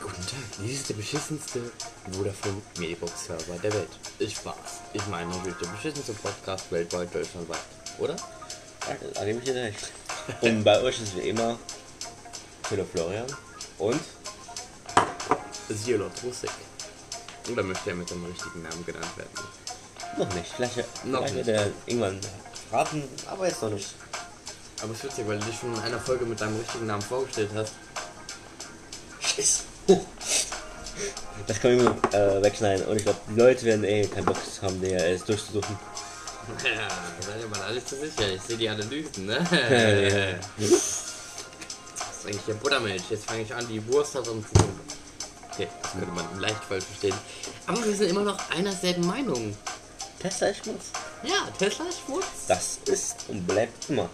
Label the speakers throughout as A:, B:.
A: Guten Tag, dies ist der beschissenste Vodafone Mailbox-Server der Welt. Ich war's. Ich meine, natürlich der beschissenste Podcast weltweit, deutschlandweit, oder?
B: Ja, da gebe ich dir recht. Und bei euch ist wie immer Philo Florian und
A: Siolot Rusik. Oder möchte er mit dem richtigen Namen genannt werden?
B: noch nicht. Vielleicht,
A: Noch
B: vielleicht
A: nicht.
B: wird er irgendwann raten, aber jetzt noch nicht.
A: Aber es ist witzig, weil du dich schon in einer Folge mit deinem richtigen Namen vorgestellt hast.
B: Scheiße. Das kann ich mir äh, wegschneiden und ich glaube, die Leute werden eh keinen Bock haben, DRS durchzusuchen.
A: Ja, seid ihr mal alles zu sicher. Ich sehe die Analysen, ne?
B: Ja.
A: Das ist eigentlich der Buttermilch. Jetzt fange ich an, die Wurst hat und Okay, das könnte man leicht falsch verstehen. Aber wir sind immer noch einer selben Meinung.
B: Tesla ist Schmutz.
A: Ja, Tesla ist Schmutz.
B: Das ist und bleibt immer.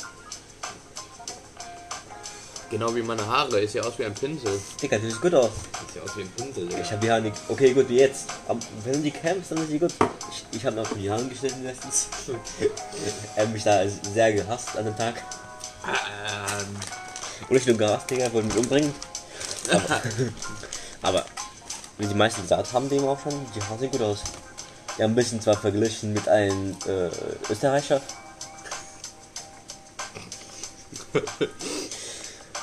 A: Genau wie meine Haare. Ich sehe aus wie ein Pinsel.
B: Dicker, du siehst gut aus.
A: Ich sehe aus wie ein Pinsel.
B: Ich
A: Digga.
B: habe die Haare nicht. Okay, gut, wie jetzt. Aber wenn du die kämpfst, dann ist die gut. Ich, ich habe noch die Haare geschnitten letztens. er hat mich da sehr gehasst an dem Tag.
A: Ähm,
B: Und ich nur gehasst, Digga, wollte mich umbringen. Aber, aber wie die meisten gesagt haben, dem auch schon, die Haare sehen gut aus. Ja, ein bisschen zwar verglichen mit einem äh, Österreicher.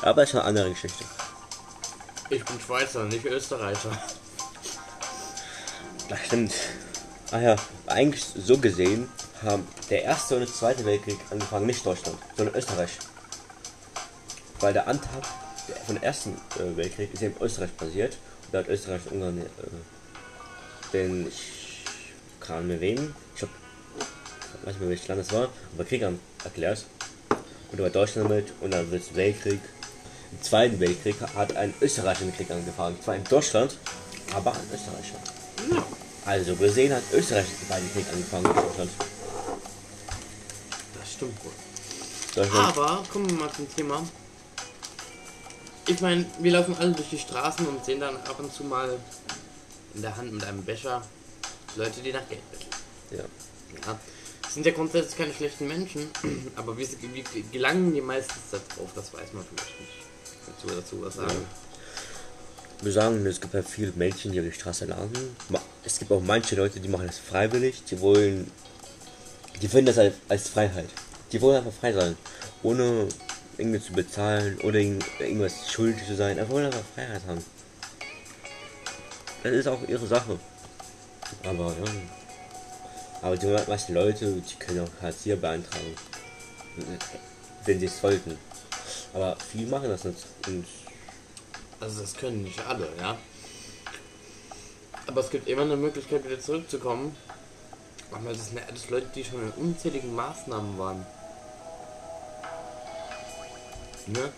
B: aber ist schon eine andere Geschichte.
A: ich bin Schweizer, nicht Österreicher.
B: Das stimmt. Ach ja, eigentlich so gesehen haben der Erste und der Zweite Weltkrieg angefangen, nicht Deutschland, sondern Österreich. Weil der Antrag von dem Ersten äh, Weltkrieg ist ja in Österreich passiert. Und da hat Österreich und Ungarn äh, den, ich kann nicht mehr wen, ich hab, weiß nicht mehr welches Land das war, aber Krieg an- erklärt. Und da war Deutschland damit und dann wird Weltkrieg. Im Zweiten Weltkrieg hat ein Österreicher den Krieg angefangen. Zwar in Deutschland, aber ein Österreicher. Also gesehen hat Österreich den beiden Krieg angefangen in Deutschland.
A: Das stimmt wohl.
B: Deutschland
A: Aber kommen wir mal zum Thema. Ich meine, wir laufen alle durch die Straßen und sehen dann ab und zu mal in der Hand mit einem Becher Leute, die nach Geld betteln.
B: ja.
A: Ja. Das sind ja grundsätzlich keine schlechten Menschen, aber wie, sie- wie gelangen die meistens da drauf, das weiß man vielleicht nicht. Kannst du dazu was sagen?
B: Wir sagen, es gibt ja viele Mädchen, die auf die Straße laufen. Ma- Es gibt auch manche Leute, die machen das freiwillig. Die wollen, die finden das als, als Freiheit. Die wollen einfach frei sein, ohne irgendwie zu bezahlen oder irgend- irgendwas schuldig zu sein. Einfach wollen einfach Freiheit haben. Das ist auch ihre Sache. Aber ja. Aber die meisten Leute, die können auch Hartz IV beantragen. Wenn sie es wollten. Aber viele machen das nicht. Und
A: Also das können nicht alle, ja. Aber es gibt immer eine Möglichkeit, wieder zurückzukommen. Aber das sind ja alles Leute, die schon in unzähligen Maßnahmen waren. Ne?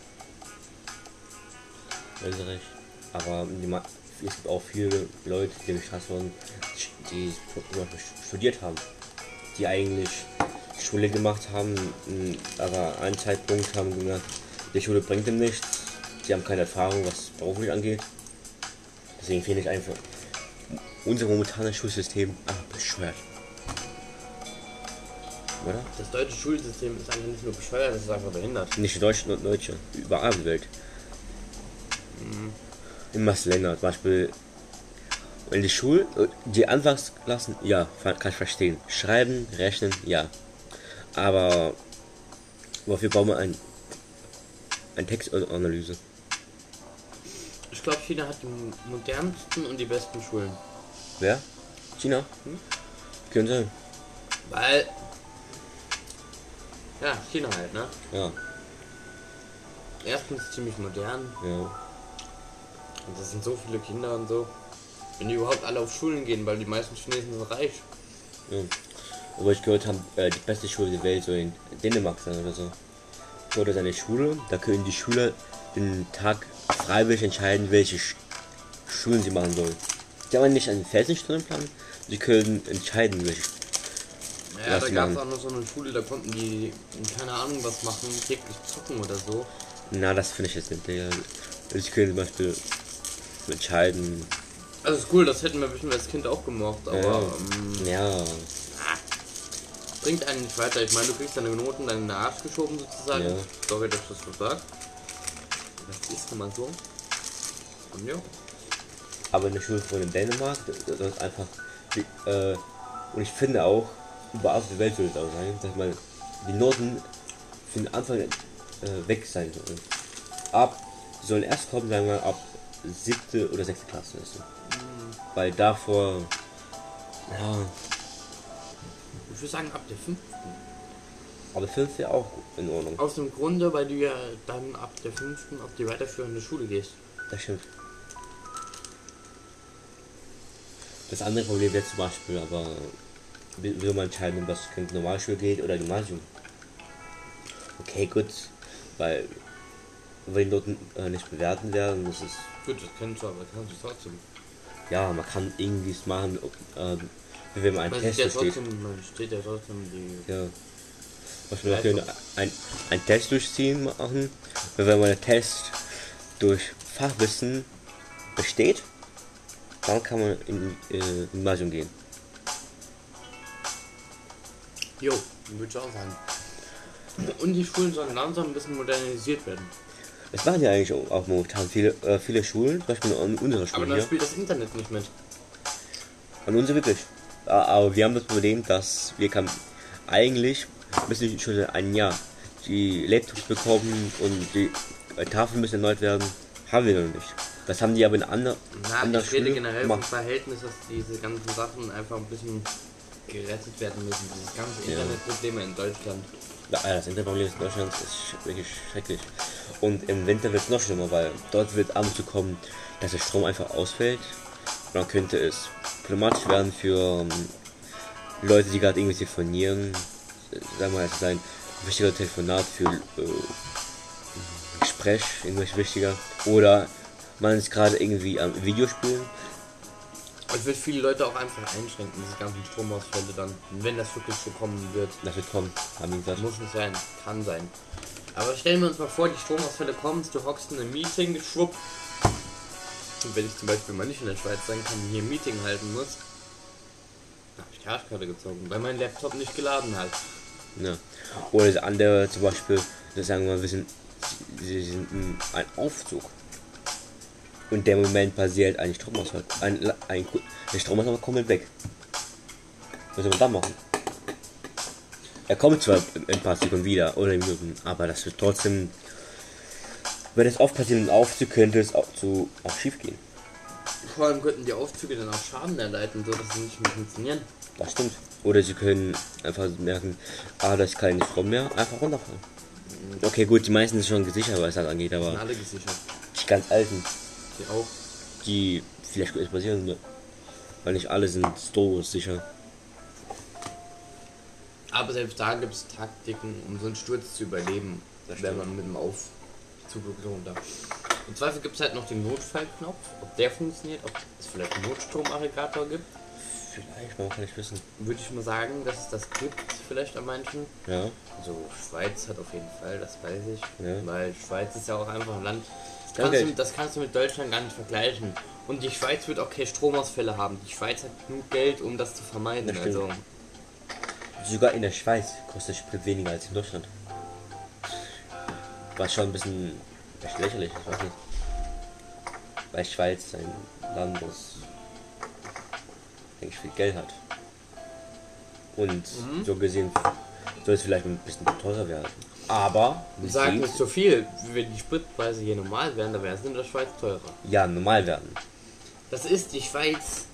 B: Österreich. Aber die Ma- es gibt auch viele Leute, die geschasst wurden, die zum Beispiel studiert haben, die eigentlich Schule gemacht haben, m, aber an einem Zeitpunkt haben gesagt, die Schule bringt dem nichts, die haben keine Erfahrung, was beruflich angeht. Deswegen finde ich einfach unser momentanes Schulsystem einfach bescheuert. Oder?
A: Das deutsche Schulsystem ist einfach nicht nur bescheuert, es ist einfach behindert.
B: Nicht Deutsche und Deutsche, überall auf der Welt. In meisten Ländern, zum Beispiel. In die Schule, die Anfangsklassen, ja, ver- kann ich verstehen. Schreiben, rechnen, ja. Aber wofür braucht man ein, ein Textanalyse?
A: Ich glaube, China hat die modernsten und die besten Schulen.
B: Wer? China? Hm? Könnte sein.
A: Weil. Ja, China halt, ne?
B: Ja,
A: Erstens ziemlich modern
B: ja.
A: und das sind so viele Kinder und so. Wenn die überhaupt alle auf Schulen gehen, weil die meisten Chinesen sind reich.
B: ja. Aber ich gehört haben, äh, die beste Schule der Welt soll in Dänemark sein oder so. Dort ist eine Schule, da können die Schüler den Tag freiwillig entscheiden, welche Sch Schulen sie machen sollen. Die haben nicht einen festen Stundenplan, sie können entscheiden, welche.
A: Ja,
B: Lass
A: da
B: die
A: gab es auch
B: machen.
A: noch so eine Schule, da konnten die keine Ahnung was machen, täglich zocken oder so.
B: Na, das finde ich jetzt nicht. Digga. Sie können zum Beispiel entscheiden.
A: Also ist cool, das hätten wir bestimmt als Kind auch gemocht, aber ähm,
B: ja,
A: bringt einen nicht weiter. Ich meine, du kriegst deine Noten dann in den Arsch geschoben sozusagen.
B: Ja.
A: Sorry, dass ich das so sag. Das ist nun mal so. Und ja,
B: aber eine Schulfreundin in Dänemark, das ist einfach. die- Äh, und ich finde auch, überall auf der Welt würde es auch sein, dass man die Noten für den Anfang äh, weg sein sollen. Ab, die sollen erst kommen, sagen wir ab siebte oder sechste Klasse. Ist so. Weil davor. Ja,
A: Ich würde sagen, ab der 5.
B: aber fünf wäre auch in Ordnung.
A: Aus dem Grunde, weil du ja dann ab der 5. auf die weiterführende Schule gehst.
B: Das stimmt. Das andere Problem wäre zum Beispiel aber, will will man entscheiden, um ob das Kind Normalschule geht oder Gymnasium. Okay, gut, weil wenn die Noten äh, nicht bewerten werden, das ist,
A: Gut, das kannst du, aber kannst du trotzdem.
B: ja, man kann irgendwie es machen, ob, äh, wenn man einen
A: Man,
B: Test
A: sieht ja
B: besteht.
A: trotzdem, man steht ja trotzdem die.
B: Ja. Was
A: Also.
B: wir können ein, ein Test durchziehen machen. Und wenn man den Test durch Fachwissen besteht, dann kann man in die äh, Gymnasium gehen.
A: Jo, würde ich auch sagen. Und die Schulen sollen langsam ein bisschen modernisiert werden.
B: Das machen ja eigentlich auch, auch momentan viele, äh, viele Schulen, zum Beispiel an unserer
A: Aber
B: Schule
A: dann
B: hier.
A: spielt das Internet nicht mit.
B: An unserer wirklich. Ah, Aber wir haben das Problem, dass wir kann eigentlich müssen die schon ein Jahr die Laptops bekommen und die äh, Tafeln müssen erneuert werden. Haben wir noch nicht. Das haben die aber in ander,
A: Na,
B: anderen
A: ich rede
B: Schulen
A: generell vom
B: gemacht.
A: Verhältnis, dass diese ganzen Sachen einfach ein bisschen gerettet werden müssen. Dieses ganze
B: Ja.
A: Internetprobleme in Deutschland.
B: Ja, das Interproblem in Deutschland ist wirklich schrecklich. Und im Winter wird es noch schlimmer, weil dort wird abends zu kommen, dass der Strom einfach ausfällt. Und dann könnte es problematisch werden für ähm, Leute, die gerade irgendwie telefonieren. Äh, Sagen wir mal, es ist ein wichtiger Telefonat für äh, Gespräch, irgendwas wichtiger. Oder man ist gerade irgendwie am Videospielen.
A: Es wird viele Leute auch einfach einschränken, diese ganzen Stromausfälle dann. Wenn das wirklich so kommen wird.
B: Das wird kommen, haben die gesagt.
A: Muss nicht sein, kann sein. Aber stellen wir uns mal vor, die Stromausfälle kommen, du hockst in einem Meeting, schwupp. Und wenn ich zum Beispiel mal nicht in der Schweiz sein kann, hier ein Meeting halten muss, dann habe ich die Arschkarte gezogen, weil mein Laptop nicht geladen hat.
B: Ja. Ne. Oder das andere zum Beispiel, das sagen wir mal, wir sind, sie sie sind in ein Aufzug. Und der Moment passiert ein Stromausfall. Ein, La- ein, Ku- der Stromausfall kommt weg. Was soll man dann machen? Er kommt zwar in ein paar Sekunden wieder oder Minuten, aber das wird trotzdem, wenn es oft passiert im Aufzug, könnte es auch, zu, auch schief gehen.
A: Vor allem könnten die Aufzüge dann auch Schaden erleiden, so dass sie nicht mehr funktionieren.
B: Das stimmt. Oder sie können einfach merken, ah, das ist kein Strom mehr, einfach runterfallen. Okay, gut, die meisten sind schon gesichert, was das angeht,
A: Sind
B: aber
A: alle gesichert.
B: die ganz alten,
A: Die auch.
B: die vielleicht explodieren, ne? weil nicht alle sind so sicher.
A: Aber selbst da gibt es Taktiken, um so einen Sturz zu überleben,
B: Das
A: wenn
B: stimmt.
A: man mit dem Aufzug runter. Im Zweifel gibt es halt noch den Notfallknopf, ob der funktioniert, ob es vielleicht einen Notstromaggregator gibt.
B: Vielleicht, man kann nicht wissen.
A: Würde ich mal sagen, dass es das gibt, vielleicht an manchen.
B: Ja,
A: Also Schweiz hat auf jeden Fall, das weiß ich.
B: Ja.
A: Weil Schweiz ist ja auch einfach ein Land. Das
B: Ja,
A: kannst,
B: okay.
A: du, das kannst du mit Deutschland gar nicht vergleichen. Und die Schweiz wird auch keine Stromausfälle haben. Die Schweiz hat genug Geld, um das zu vermeiden.
B: Das stimmt.
A: also
B: sogar in der Schweiz kostet Sprit weniger als in Deutschland. Was schon ein bisschen echt lächerlich ist, weiß nicht. Weil Schweiz ein Land ist, denke ich, viel Geld hat. Und
A: Mhm.
B: so gesehen soll es vielleicht ein bisschen teurer werden. Aber, wie
A: sag
B: sieht-
A: nicht so viel. Wenn die Spritpreise hier normal wären, dann wäre es in der Schweiz teurer.
B: ja, normal werden.
A: Das ist die Schweiz,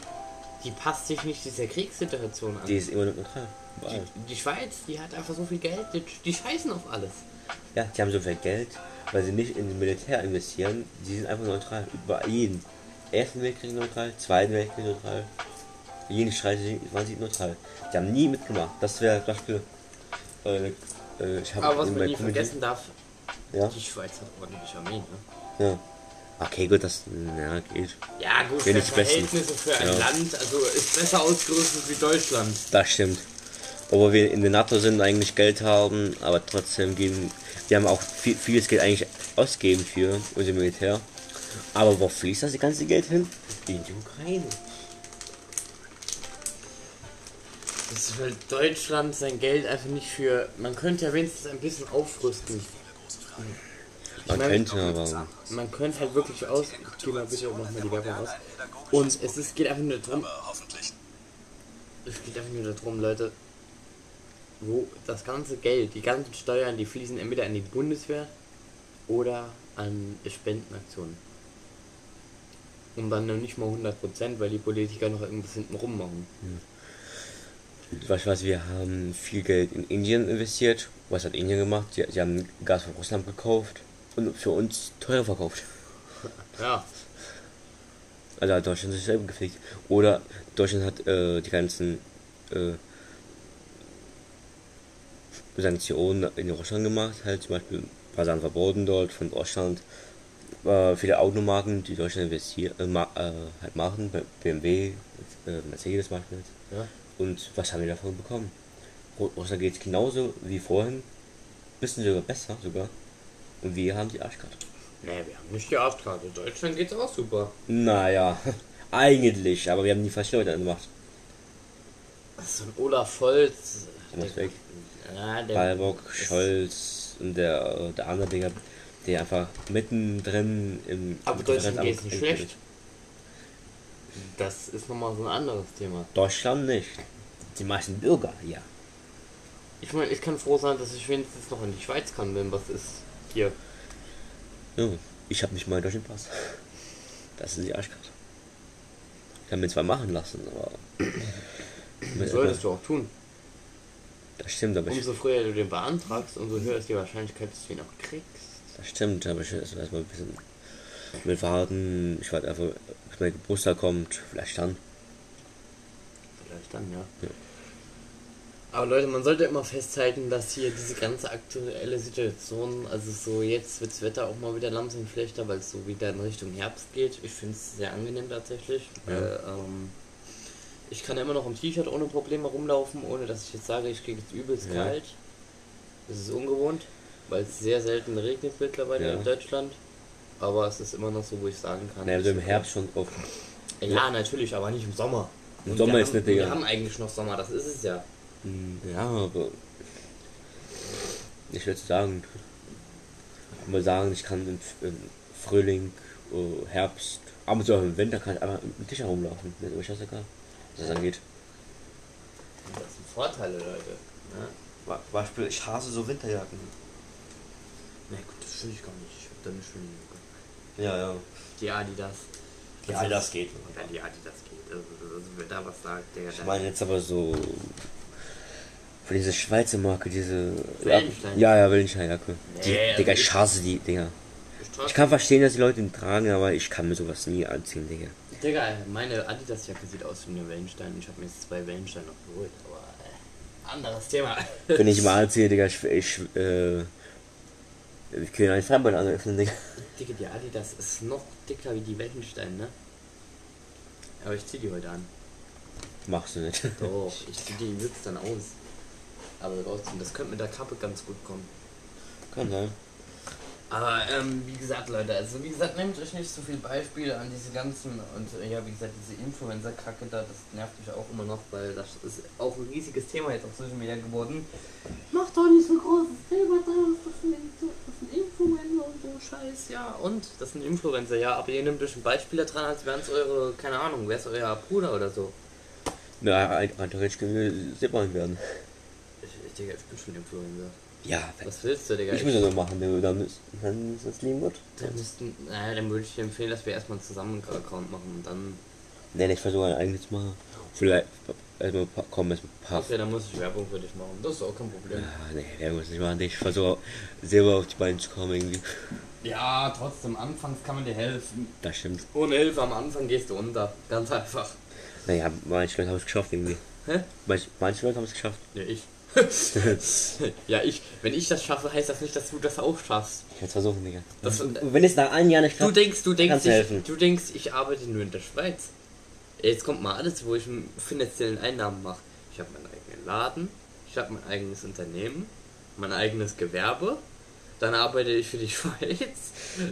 A: die passt sich nicht dieser Kriegssituation an.
B: Die
A: Die,
B: ist immer noch neutral. Überall.
A: die Schweiz, die hat einfach so viel Geld, die, die scheißen auf alles.
B: Ja, die haben so viel Geld, weil sie nicht in Militär investieren. Die sind einfach neutral. Über jeden. Ersten Weltkrieg neutral, Zweiten Weltkrieg neutral. Jeden Streit sind- waren sie neutral. Die haben nie mitgemacht. Das wäre zum Beispiel. Äh, äh, ich habe
A: Aber was man nie vergessen darf,
B: Ja,
A: die Schweiz hat ordentlich Armee, ne?
B: ja. Okay, gut, das. Ja, geht.
A: Ja, gut,
B: Ja,
A: für
B: nicht die besten.
A: Verhältnisse für ein
B: Ja.
A: Land, also ist besser ausgerüstet wie Deutschland.
B: Das stimmt. Obwohl wir in der NATO sind, eigentlich Geld haben, aber trotzdem geben wir haben auch viel, vieles Geld eigentlich ausgeben für unser Militär. Aber wo fließt das ganze Geld hin? In die Ukraine.
A: Das will Deutschland sein Geld einfach nicht für. Man könnte ja wenigstens ein bisschen aufrüsten.
B: Man
A: meine,
B: könnte aber.
A: Man könnte halt wirklich aus. Tu mal bitte auch mal die Werbung aus. Und es ist, geht einfach nur darum. Es geht einfach nur darum, Leute. Wo das ganze Geld, die ganzen Steuern, die fließen entweder an die Bundeswehr oder an Spendenaktionen. Und dann noch nicht mal 100%, weil die Politiker noch irgendwas hinten rummachen.
B: Was weiß, wir haben viel Geld in Indien investiert. Was hat Indien gemacht? Sie, sie haben Gas von Russland gekauft und für uns teurer verkauft.
A: Ja,
B: Also hat Deutschland sich selber gepflegt. Oder Deutschland hat äh, die ganzen äh, Sanktionen in Russland gemacht, halt zum Beispiel Versand verboten dort von Deutschland. Äh, viele Automarken, die Deutschland investieren, äh, ma- äh, halt machen, B- BMW, äh, Mercedes macht mit.
A: Ja.
B: Und was haben wir davon bekommen? Ru- Russland geht genauso wie vorhin, bisschen sogar besser sogar. Und wir haben die Arschkarte.
A: Nee, wir haben nicht die Arschkarte. In Deutschland geht's auch super.
B: Naja, eigentlich, aber wir haben die falschen Leute angemacht.
A: Das ist ein Olaf Scholz.
B: Der muss weg.
A: Ja, der
B: Balbock,
A: ist-
B: Scholz und der, äh, der andere Dinger, der einfach mittendrin im.
A: Aber
B: im
A: Deutschland
B: Konferenz-
A: geht's nicht
B: im-
A: schlecht. Das ist nochmal so ein anderes Thema.
B: Deutschland nicht. Die meisten Bürger, ja.
A: Ich meine, ich kann froh sein, dass ich wenigstens noch in die Schweiz kann, wenn was ist. Hier.
B: ja ich habe nicht mal einen deutschen Pass. Das ist die Arschkarte. Ich kann mir zwar machen lassen, aber. Mit
A: Solltest du auch tun.
B: das stimmt, aber ich,
A: Umso früher du den beantragst, umso höher ist die Wahrscheinlichkeit, dass du ihn auch kriegst.
B: das stimmt, aber ich also erstmal ein bisschen mit warten. Ich warte einfach, bis mein Geburtstag kommt, vielleicht dann.
A: Vielleicht dann, ja.
B: Ja.
A: Aber Leute, man sollte immer festhalten, dass hier diese ganze aktuelle Situation, also so jetzt wird das Wetter auch mal wieder langsam schlechter, weil es so wieder in Richtung Herbst geht. Ich finde es sehr angenehm tatsächlich.
B: Ja.
A: Weil, ähm, ich kann immer noch im T-Shirt ohne Probleme rumlaufen, ohne dass ich jetzt sage, ich kriege jetzt übelst
B: Ja.
A: kalt. Es ist ungewohnt, weil es sehr selten regnet mittlerweile
B: Ja.
A: in Deutschland. Aber es ist immer noch so, wo ich sagen kann.
B: Naja, also im
A: ich-
B: Herbst schon auf.
A: ja, natürlich, aber nicht im Sommer.
B: Im
A: Und
B: Sommer
A: wir
B: ist
A: haben,
B: nicht, Digga.
A: Wir haben eigentlich noch Sommer, das ist es ja.
B: Hm, Ja, aber. Ich würde sagen. Ich würde sagen, ich kann im, im Frühling, äh, Herbst, aber so im Winter kann ich einfach im Tisch herumlaufen. Mir ist aber scheißegal, was das angeht.
A: Und Das sind Vorteile, Leute. Ne?
B: Beispiel, ich hasse so Winterjacken.
A: Na gut, das finde ich gar nicht. Ich hab da eine schöne Jacke.
B: Ja, ja.
A: Die Adidas.
B: Ja, das geht.
A: Ja, die Adidas geht. Also, also wer da was sagt, der.
B: Ich meine jetzt aber so. Für diese Schweizer Marke, diese.
A: Wellenstein.
B: Ja, ja, Wellenstein-Jacke. Die,
A: Nee, also
B: Digga,
A: ich-
B: ich hasse die Dinger.
A: der
B: Ich kann verstehen, dass die Leute ihn tragen, aber ich kann mir sowas nie anziehen, Digga.
A: Digga, meine Adidas-Jacke sieht aus wie eine Wellenstein. Ich habe mir jetzt zwei Wellenstein noch geholt, aber. Äh, anderes Thema.
B: Wenn ich mal anziehe, Digga, ich, ich äh, ich kann ja ein Fremdbad anöffnen, Digga.
A: Digga, die Adidas ist noch dicker wie die Wellenstein, ne? Aber ich zieh die heute an.
B: Machst du nicht.
A: Doch, ich zieh die Witz dann aus. Aber trotzdem, das könnte mit der Kappe ganz gut kommen.
B: Kann sein.
A: Aber ähm, wie gesagt, Leute, also wie gesagt, nehmt euch nicht so viel Beispiele an diese ganzen und äh, ja, wie gesagt, diese Influencer-Kacke da, das nervt mich auch immer noch, weil das ist auch ein riesiges Thema jetzt auf Social Media geworden. Macht doch nicht so ein großes Thema draus, das sind, das sind Influencer und so Scheiß, ja. Und das sind Influencer, ja, aber ihr nehmt euch ein Beispiel da dran, als wären es eure, keine Ahnung, wäre es euer Bruder oder so.
B: Na, rein rein theoretisch können wir Sippern werden.
A: Ich, ich, Digga, ich bin schon Influencer.
B: Ja,
A: Was willst du, Digga?
B: ich muss das noch machen, Digga, dann ist, dann ist das Leben gut.
A: Dann müssten, naja, dann würde ich dir empfehlen, dass wir erstmal zusammen einen Account machen und dann
B: Nein, ich versuche ein eigenes zu machen. Vielleicht erstmal ein paar- kommen erstmal ein paar.
A: Okay, dann muss ich Werbung für dich machen. Das ist auch kein Problem.
B: Ja, Ah, nee, wir müssen nicht machen. Ich versuche selber auf die Beine zu kommen irgendwie.
A: Ja, trotzdem, anfangs kann man dir helfen.
B: Das stimmt.
A: Ohne Hilfe am Anfang gehst du unter. Ganz einfach.
B: Naja, manche Leute haben es geschafft irgendwie.
A: Hä?
B: Manche, manche Leute haben es geschafft.
A: Ja, ich. ja, ich. Wenn ich das schaffe, heißt das nicht, dass du das auch schaffst.
B: Ich werde es versuchen, Digga.
A: Das-
B: Und wenn es nach einem Jahr nicht
A: Du
B: klappt,
A: denkst, du denkst,
B: kannst du helfen.
A: ich, du denkst, ich arbeite nur in der Schweiz. Jetzt kommt mal alles, wo ich finanziellen Einnahmen mache. Ich habe meinen eigenen Laden, ich habe mein eigenes Unternehmen, mein eigenes Gewerbe. Dann arbeite ich für die Schweiz.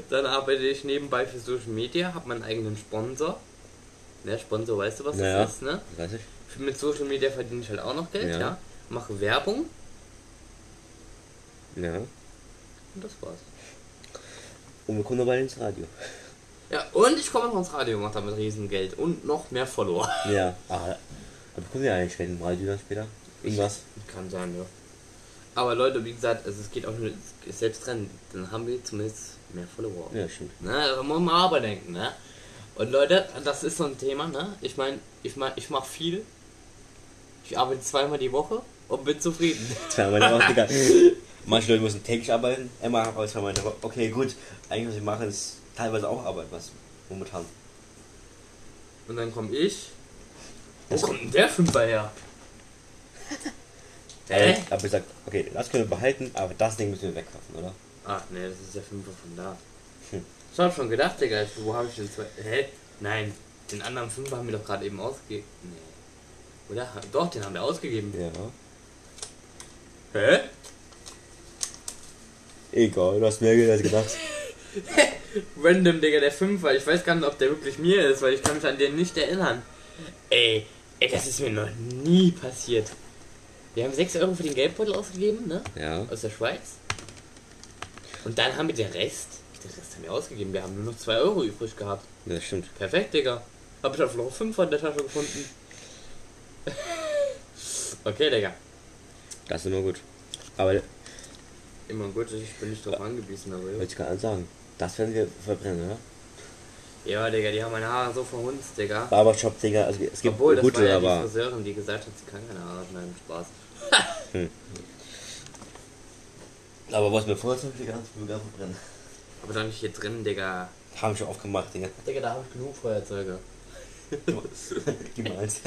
A: Dann arbeite ich nebenbei für Social Media, habe meinen eigenen Sponsor. Ne, Sponsor, weißt du, was
B: Naja.
A: das ist, ne?
B: Das weiß ich.
A: Mit Social Media verdiene ich halt auch noch Geld, ja.
B: Ja.
A: Mache Werbung
B: Ja.
A: und das war's.
B: Und wir kommen dabei ins Radio.
A: Ja, und ich komme noch ins Radio, mache damit Riesengeld und noch mehr Follower.
B: Ja. Ah, aber kommen wir eigentlich später im Radio dann später? Irgendwas?
A: Kann sein, ja. Aber Leute, wie gesagt, also es geht auch nur ist selbst dran. Dann haben wir zumindest mehr Follower.
B: Ja, stimmt.
A: Ne, da muss man aber denken, ne? Und Leute, das ist so ein Thema, ne? Ich meine, ich meine, ich mache viel. Ich arbeite zweimal die Woche und bin zufrieden.
B: Zweimal in der Woche, Digga. Manche Leute müssen täglich arbeiten, Emma arbeitet zweimal in der Woche. Okay, gut. Eigentlich, was ich mache, ist teilweise auch Arbeit, was momentan.
A: Und dann komme ich. Wo
B: Das-
A: kommt denn der Fünfer her?
B: Äh,
A: Hä?
B: aber ich sag, okay, das können wir behalten, aber das Ding müssen wir wegwerfen, oder?
A: Ach ne, das ist der Fünfer von da.
B: Hm.
A: Ich hab schon gedacht, Digga, ich- wo habe ich den zwei. Hä? Nein, den anderen Fünfer haben wir doch gerade eben ausgegeben. Nee. Oder? Ha- Doch, den haben wir ausgegeben.
B: Ja.
A: Hä?
B: Egal, du hast mehr Geld als gedacht.
A: Random, Digga, der Fünfer. Ich weiß gar nicht, ob der wirklich mir ist, weil ich kann mich an den nicht erinnern. Ey, ey, das ist mir noch nie passiert. Wir haben 6 Euro für den Geldbeutel ausgegeben, ne?
B: ja.
A: Aus der Schweiz. Und dann haben wir den Rest. Den Rest haben wir ausgegeben. Wir haben nur noch 2 Euro übrig gehabt.
B: Das stimmt.
A: Perfekt, Digga. Hab ich auf Loch 5 in der Tasche gefunden. okay, Digga.
B: Das ist immer gut. Aber wollte
A: Immer gut, ich bin nicht drauf angewiesen, aber ja.
B: ich gerade sagen, das werden wir verbrennen, oder?
A: Ja, Digga, die haben meine Haare so verhunzt, Digga.
B: Barbershop, Digga, also es gibt
A: Obwohl, das
B: gute,
A: war ja die
B: aber.
A: Friseurin, die gesagt hat, sie kann keine Haare schneiden. Spaß.
B: Aber was wir vorher zum Beispiel ganz sogar verbrennen.
A: Aber doch nicht hier drin, Digga.
B: Haben schon aufgemacht, Digga.
A: Digga, da habe ich genug Feuerzeuge.
B: Gib mal eins.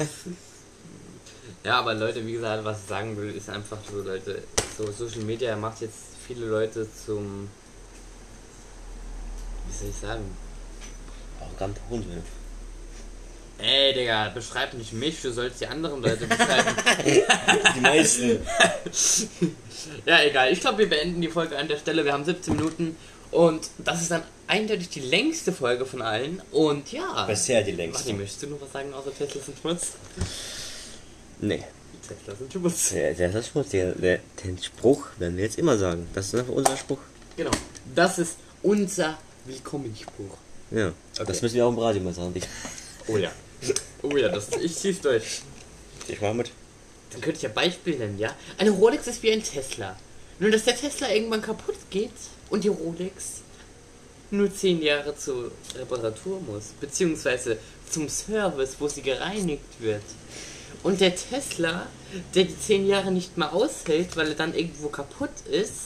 A: Ja, aber Leute, wie gesagt, was ich sagen will, ist einfach so, Leute, so Social Media macht jetzt viele Leute zum... Wie soll ich sagen?
B: Auch ganz Hurensohn.
A: Ey, Digga, beschreib nicht mich, du sollst die anderen Leute beschreiben.
B: Die meisten.
A: ja, egal. Ich glaube, wir beenden die Folge an der Stelle. Wir haben 17 Minuten und das ist dann eindeutig die längste Folge von allen. Und ja.
B: Bisher die
A: Martin,
B: längsten.
A: möchtest du noch was sagen außer Tesla sind Schmutz?
B: Nee.
A: Tesla sind Schmutz.
B: Der, der ist das Schmutz, der, der, den Spruch werden wir jetzt immer sagen. Das ist einfach unser Spruch.
A: Genau. Das ist unser Willkommensspruch.
B: Ja. Das müssen wir auch im Radio mal sagen, Digga.
A: Oh ja. Oh ja, das, ich zieh's durch.
B: Ich mach mit.
A: Dann könnte ich ja Beispiel nennen, ja? Eine Rolex ist wie ein Tesla. Nur, dass der Tesla irgendwann kaputt geht und die Rolex nur 10 Jahre zur Reparatur muss. Beziehungsweise zum Service, wo sie gereinigt wird. Und der Tesla, der die 10 Jahre nicht mal aushält, weil er dann irgendwo kaputt ist,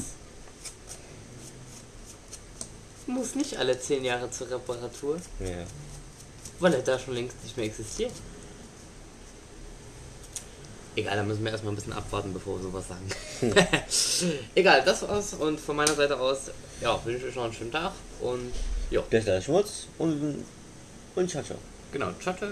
A: muss nicht alle 10 Jahre zur Reparatur,
B: Ja.
A: weil er da schon längst nicht mehr existiert. Egal, da müssen wir erstmal ein bisschen abwarten, bevor wir sowas sagen. Egal, das war's. Und von meiner Seite aus, ja, wünsche ich euch noch einen schönen Tag. Und ja,
B: Der ist der Schmutz und, und ciao, ciao.
A: genau. Ciao, ciao.